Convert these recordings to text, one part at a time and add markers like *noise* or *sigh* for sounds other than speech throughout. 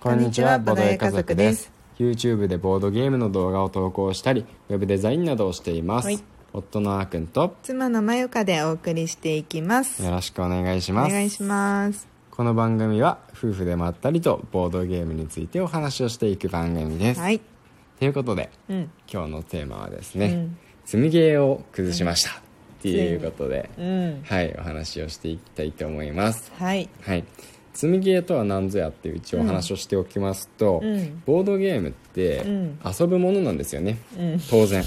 こんにちはボドゲ家族です YouTube でボードゲームの動画を投稿したりウェブデザインなどをしています、はい夫のあーくんと妻のまゆかでお送りしていきますよろしくお願いしおます願いしますこの番組は夫婦でまったりとボードゲームについてお話をしていく番組です、はいということでうん今日のテーマはですね、うん積みゲーを崩しましたっていうことで、うんはいお話をしていきたいと思いますはいはい、積みゲーとは何ぞやっていう一応お話をしておきますと、うんボードゲームってうん遊ぶものなんですよね、うん当 *laughs* 然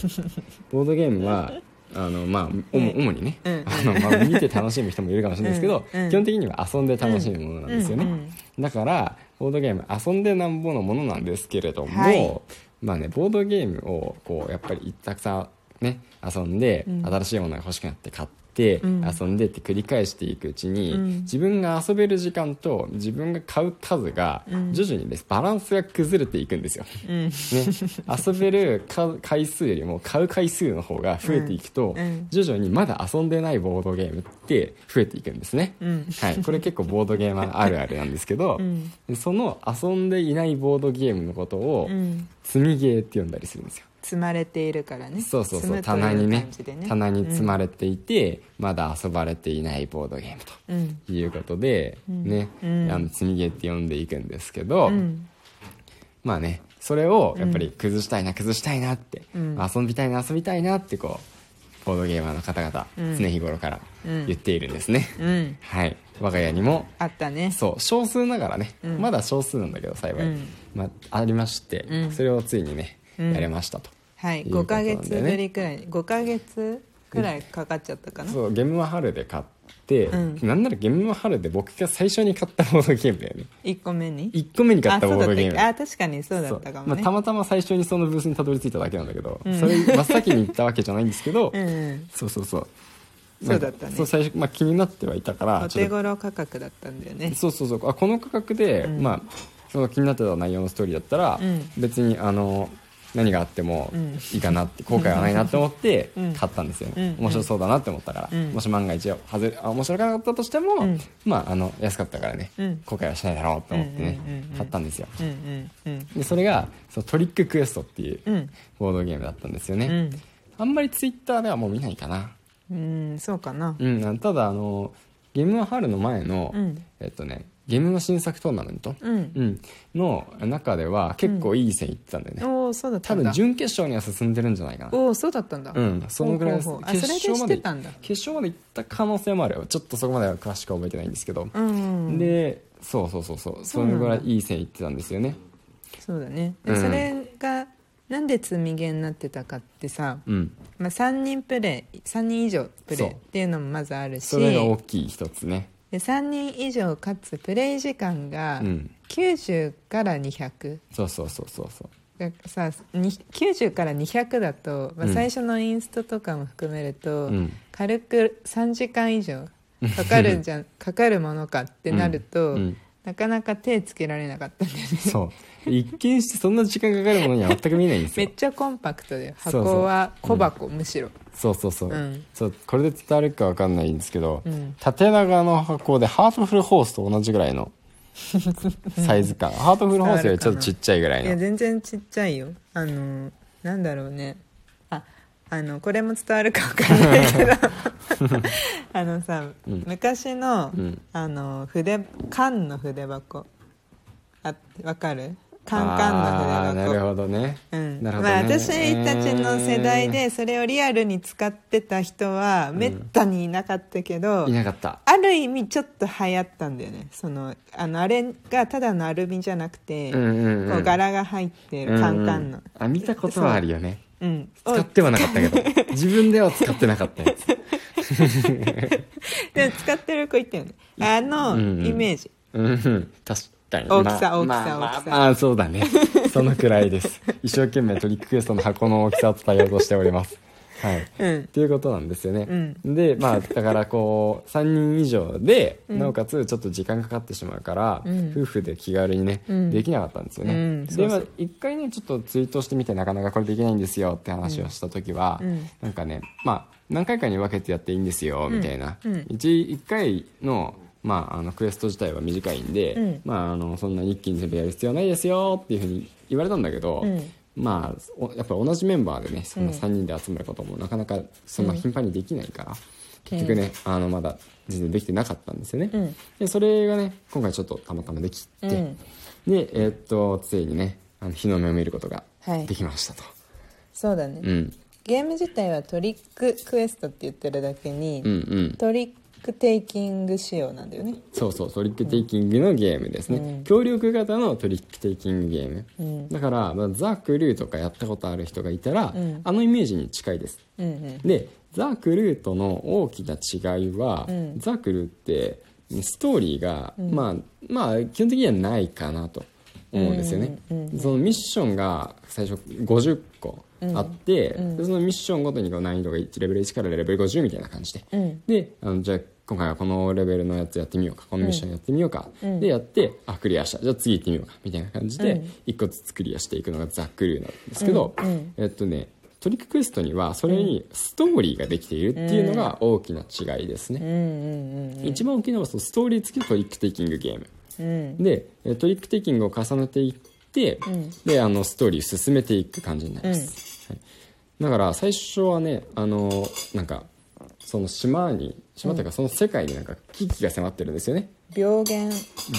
ボードゲームはあの、まあ、おも主にね、うんあのまあ、見て楽しむ人もいるかもしれないですけど、うんうん基本的には遊んで楽しむものなんですよね、うんうんだからボードゲーム遊んでなんぼのものなんですけれども、はいまあねボードゲームをこうやっぱりたくさんね遊んで、うん新しいものが欲しくなって買って、うん遊んでって繰り返していくうちに、うん自分が遊べる時間と自分が買う数がうん徐々にですバランスが崩れていくんですよ。 *laughs* うんね、遊べるか回数よりも買う回数の方が増えていくと、うんうん徐々にまだ遊んでないボードゲームって増えていくんですね、うんはい、これ結構ボードゲーマーあるあるなんですけど、うんでその遊んでいないボードゲームのことをうん積みゲーって呼んだりするんですよ積まれているからねそうそう積そうむと棚にいうね感じでね棚に積まれていて、まだ遊ばれていないボードゲームとうんいうことで、うんね、うんあの積みゲーって呼んでいくんですけど、うんまあねそれをやっぱり崩したいな、崩したいなって、うん遊びたいな遊びたいなってこうボードゲーマーの方々、うん常日頃からうん言っているんですね、うんはい我が家にもあったねそう少数ながらね、うんまだ少数なんだけど幸い、うんまあ、ありまして、うんそれをついにね、うんやれましたとはいいうこと5なヶんでね月ぶりくらい5ヶ月くらいかかっちゃったかなそうゲームは春で買って、うんなんならゲームは春で僕が最初に買ったボードゲームだよね1個目に1個目に買ったボードゲームあそうだったっけあ確かにそうだったかもそうまねあ、たまたま最初にそのブースにたどり着いただけなんだけど、んそれ真っ先に行ったわけじゃないんですけど、 *laughs* うんうんそうそうそうそうだったねそう最初、まあ、気になってはいたからおちょ手っと頃価格だったんだよねそうそうそうあこの価格で、うんまあ、その気になってた内容のストーリーだったら、うん別にあの何があってもうんいいかなって、後悔はないなって思ってうん買ったんですよ、うん面白そうだなって思ったから、うんもし万が一外れあ面白くなかったとしても、うんまあ、あの安かったからね、うん後悔はしないだろうと思ってね、うんうんうんうん買ったんですようんうんうんでそれがそのトリッククエストっていううんボードゲームだったんですよね、うんあんまりツイッターではもう見ないかなうんそうかなうんあのただあのゲームは春の前の、うんえっとねゲームの新作トーナメント、うんうんの中では結構いい線いってたんだよね、おおそうだった多んだ分準決勝には進んでるんじゃないかなおおそうだったんだうんそのぐらいですほうほうほうあ決それで勝しまてでたんだ決勝まで行った可能性もあるよちょっとそこまでは詳しくは覚えてないんですけど、うんうんでそうそうそうそうそうそなんだのぐらいいい線いってたんですよねそうだねでうんそれがなんで積みゲーになってたかってさうんまあ3人プレイ3人以上プレイそっうていうのもまずあるしそれが大きい一つねで3人以上かつプレイ時間がうん90から200そうそうそうそうそうがさに90から200だと、まあ、うん最初のインストとかも含めると、うん軽く3時間以上かかるんじゃ *laughs* かかるものかってなるうと、んうんなかなか手つけられなかったんだよ *laughs* ねそう一見してそんな時間かかるものには全く見えないんですめよっちゃコンパクトでそうそう箱は小箱むしろそうそうそう,、うんそうこれで伝わるか分かんないんですけど、うん縦長の箱でハートフルホースと同じぐらい *laughs* のサイズ感ハートフルホースよりちょっとちっちゃいぐらいいやの全然ちっちゃいよあのなんだろうねああのこれも伝わるかわかんない *laughs* けどあのさ、うん昔の,、うんあの筆缶の筆箱あわかる缶缶あーのな筆る箱ほどね、うんなるほどねまあ、私たちの世代でそれをリアルに使ってた人はめったにいなかったけど、いなかったある意味ちょっと流行ったんだよねそのあのあれがただのアルミじゃなくて、うんうんうんこう柄が入ってるカンカンのうんうん、あ見たことはあるよねうん使ってはなかったけど自分では使ってなかったやつおでも使ってる子いたよねあのうんうんイメージ、うんうん確かに大きさまあ大きさまあま大あきさまあそうだね *laughs* そのくらいです一生懸命トリッククエストの箱の大きさを伝えようとしておりますはいっうんていうことなんですよね、でまあだからこう3人以上で、なおかつちょっと時間かかってしまうから、うん夫婦で気軽にね、うんできなかったんですよね、うんそでうそうまあ一回ねちょっとツイートしてみてなかなかこれできないんですよって話をした時は、うんうんなんかねまあ何回かに分けてやっていいんですよみたいな、うんうん一1回のまあ、あのクエスト自体は短いんで、うんまあ、あのそんなに一気に全部やる必要ないですよっていうふうに言われたんだけど、うんまあおやっぱり同じメンバーでねそんなうん3人で集まることもなかなかそんな頻繁にできないから、結局ねあのまだ全然できてなかったんですよね、うんでそれがね今回ちょっとたまたまできて、うんでえーっとついにねあの日の目を見ることがはいできましたと、そうだね、うん、ゲーム自体はトリッククエストって言ってるだけに、うんうんトリックテイキング仕様なんだよねそうそうトリックテイキングのゲームですね、協力型のトリックテイキングゲーム、だから、まあ、ザ・クルーとかやったことある人がいたら、あのイメージに近いですうんうんでザ・クルーとの大きな違いは、ザ・クルーってストーリーが、まあまあ基本的にはないかなと思うんですよね、そのミッションが最初50個あって、でそのミッションごとにこう難易度が1レベル1からレベル50みたいな感じで、うんであのじゃあ今回はこのレベルのやつやってみようかこのミッションやってみようか、でやってあクリアしたじゃあ次行ってみようかみたいな感じで一個ずつクリアしていくのがざっくりなんですけど、えっとねトリッククエストにはそれにストーリーができているっていうのが大きな違いですね、うんうん一番大きいのはそのストーリー付きのトリックテイキングゲームうんうんでえトリックテイキングを重ねていって、であのストーリー進めていく感じになります、はいだから最初はねあのなんかその島に島というかその世界になんか危機が迫ってるんですよね、病原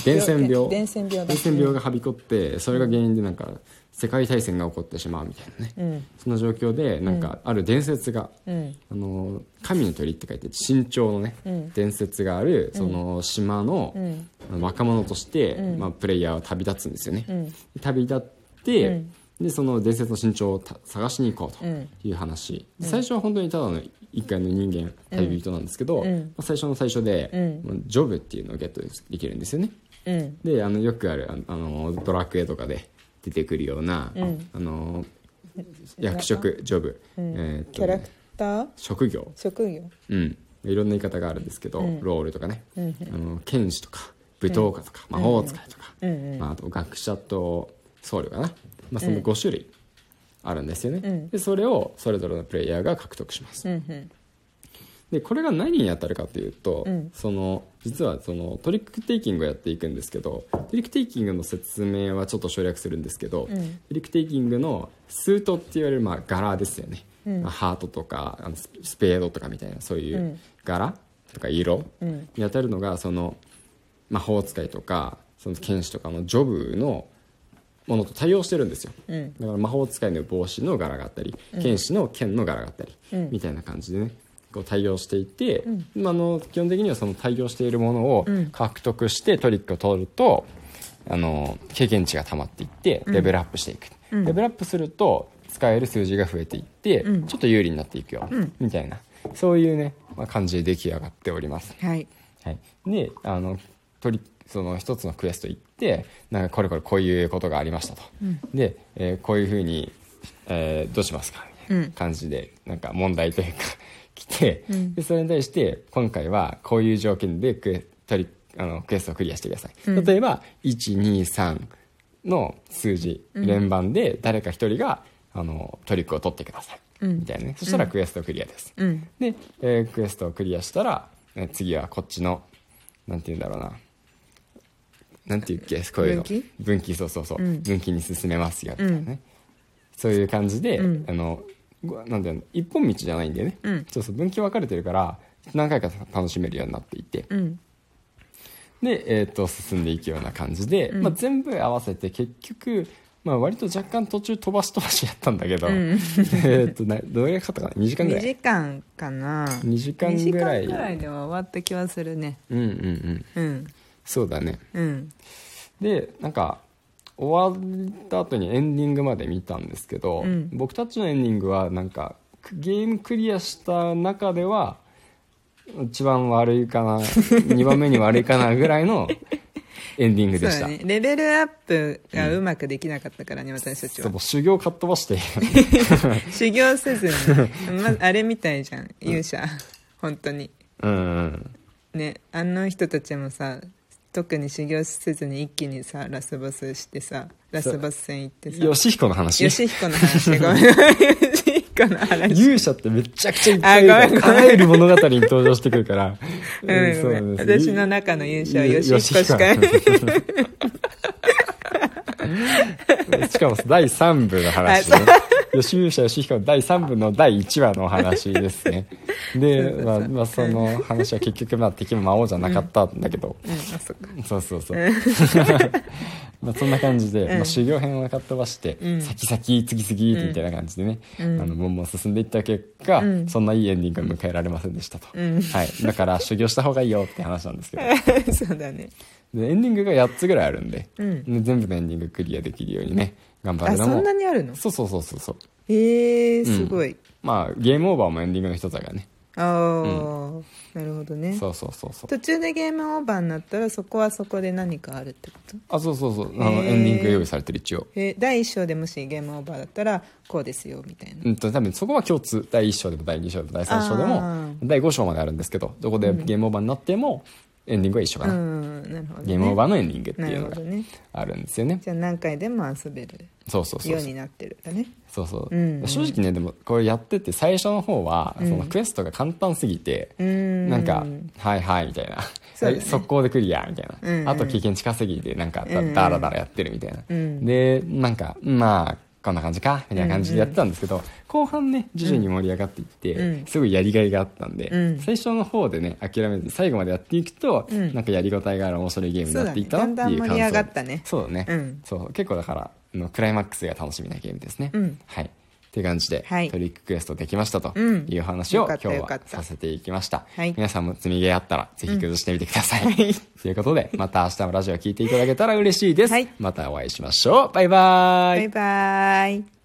伝染病伝染病だ伝染病がはびこってそれが原因でなんか世界大戦が起こってしまうみたいなね、うんその状況でなんかある伝説が、うんあの神の鳥って書いて身長のね、うん伝説があるその島のうん若者として、うんまあ、プレイヤーは旅立つんですよね、うん旅立って、うんでその伝説の身長をた探しに行こううんという話、で最初は本当にただの一回の人間旅人なんですけど、うんまあ、最初の最初で、うジョブっていうのをゲットできるんですよねうんであのよくあるあのあのドラクエとかで出てくるような、んあの役職ジョブ、えーっとねキャラクター職業、職業うん、いろんな言い方があるんですけど、ロールとかね、あの剣士とか舞踏家とか、魔法使いとか、うんまあ、あと学者と僧侶かな、まあ、その5種類あるんですよね、うんでそれをそれぞれのプレイヤーが獲得します、うんうんでこれが何に当たるかというと、うんその実はそのトリックテイキングをやっていくんですけどトリックテイキングの説明はちょっと省略するんですけど、んトリックテイキングのスートって言われるまあ柄ですよね、うんまあハートとかあのススペードとかみたいなそういうんう柄とか色うんに当たるのがその魔法使いとかその剣士とかのジョブのものと対応してるんですよ、うんだから魔法使いの帽子の柄があったり剣士の剣の柄があったり、うんみたいな感じでねこう対応していて、んまあ、あの基本的にはその対応しているものをうん獲得してトリックを取ると、あの経験値が溜まっていってレベルアップしていく、うんレベルアップすると使える数字が増えていって、うんちょっと有利になっていくよ、うんみたいなそういうね、まあ、感じで出来上がっておりますはいはい、であの取りその一つのクエスト行ってなんかこれこれこういうことがありましたと、で、えーこういうふうに、えーどうしますかみたいな感じで、なんか問題というか *laughs* 来て、うんでそれに対して今回はこういう条件でクエ取りあのクエストをクリアしてください、うん例えば123の数字連番で誰か一人があのトリックを取ってください、うんみたいなねそしたらクエストクリアです、うんで、えークエストをクリアしたら、えー次はこっちのなんて言うんだろうななんて言うっけこういうの分岐分岐そうそうそう、うん分岐に進めますよみたいなね、そういう感じで、うんあのごなんていうの一本道じゃないんだよね、うんそうそう分岐分かれてるから何回か楽しめるようになっていて、うんで、えー、と進んでいくような感じで、んまあ、全部合わせて結局、まあ、割と若干途中飛ばし飛ばしやったんだけど、うん *laughs* えっとなどれがかかったかな2時間ぐら2い時間かな2時間ぐらい2時間ぐらいでは終わった気はするねうんうんうんうんそうだねうんでなんか終わった後にエンディングまで見たんですけど、うん僕たちのエンディングはなんかくゲームクリアした中では一番悪いか *laughs* な2番目に悪いかなぐらいのエンディングそでうしだたねレベルアップがうまくできなかったからね、私たちそうはもう修行かっ飛ば *laughs* して修行せず *laughs* に、ま、あれみたいじゃん勇者本当にうんうんねあの人たちもさ特に修行せずに一気にさラスボスしてさラスボス戦行ってさ吉彦の話吉彦の *laughs* 話ごめん吉彦の話勇者ってめちゃくちゃいっぱいいるからあごめんごあめんらゆる物語に登場してくるから、ううんんごめん私の中の勇者は吉彦しかいよししかもさ第3部の *laughs* 話ね吉勇者吉彦の第3部の第1話のお話ですねでそうそうそうまあまあその話は結局まあ敵も魔王じゃなかったんだけど、 *laughs* うんあそっか *laughs* そうそうそうまあそんな感じで、まあ、修行編をかっ飛ばして、先々次々みたいな感じでね、あのボンボン進んでいった結果、そんないいエンディングが迎えられませんでしたと、はい、だから修行した方がいいよって話なんですけどそうだねでエンディングが8つぐらいあるんで,、うんで全部のエンディングクリアできるようにね頑張あるのそもんなにあるのそうそうそうそうそうえー、すごい、まあゲームオーバーもエンディングの一つだからねああ、なるほどねそうそうそうそう途中でゲームオーバーになったらそこはそこで何かあるってことあそうそうそうあのへーエンディング用意されてる一応えー第1章でもしゲームオーバーだったらこうですよみたいな、うんと多分そこは共通第1章でも第2章でも第3章であもー第5章まであるんですけどどこでゲームオーバーになってもエンディングは一緒かうな、ん、なるほど、ね、ゲームオーバーのエンディングってないるうほのがどねあるんですよねじゃあ何回でも遊べるそうそうそよううそうになってるんだねそうそう、うんうん正直ねでもこれやってて最初の方は、そのクエストが簡単すぎて、うんなんか「はいはい」みたいなそうだね *laughs* 速攻でクリア」みたいな、うんうんあと経験近すぎてなんかうだんうんだらだらやってるみたいな、うんでなんかまあこんな感じかみたいな感じでやってたんですけど、後半ね徐々に盛り上がっていって、うんすごいやりがいがあったんで、うん最初の方でね諦めず最後までやっていくと、うんなんかやりごたえがある面白いゲームになっていったなっていうそうだねだんだ感想ん盛り上がったねそうだね、うんそう結構だからあのクライマックスが楽しみなゲームですね、うんはいっていう感じで、はいトリッククエストできましたとうんいう話をよ今かっ日たよかはったさせていきました、はい皆さんも積みゲーあったらぜひ崩してみてください、ということでまた明日もラジオ聞いていただけたら嬉しいです、はいまたお会いしましょうバイバイバイバイ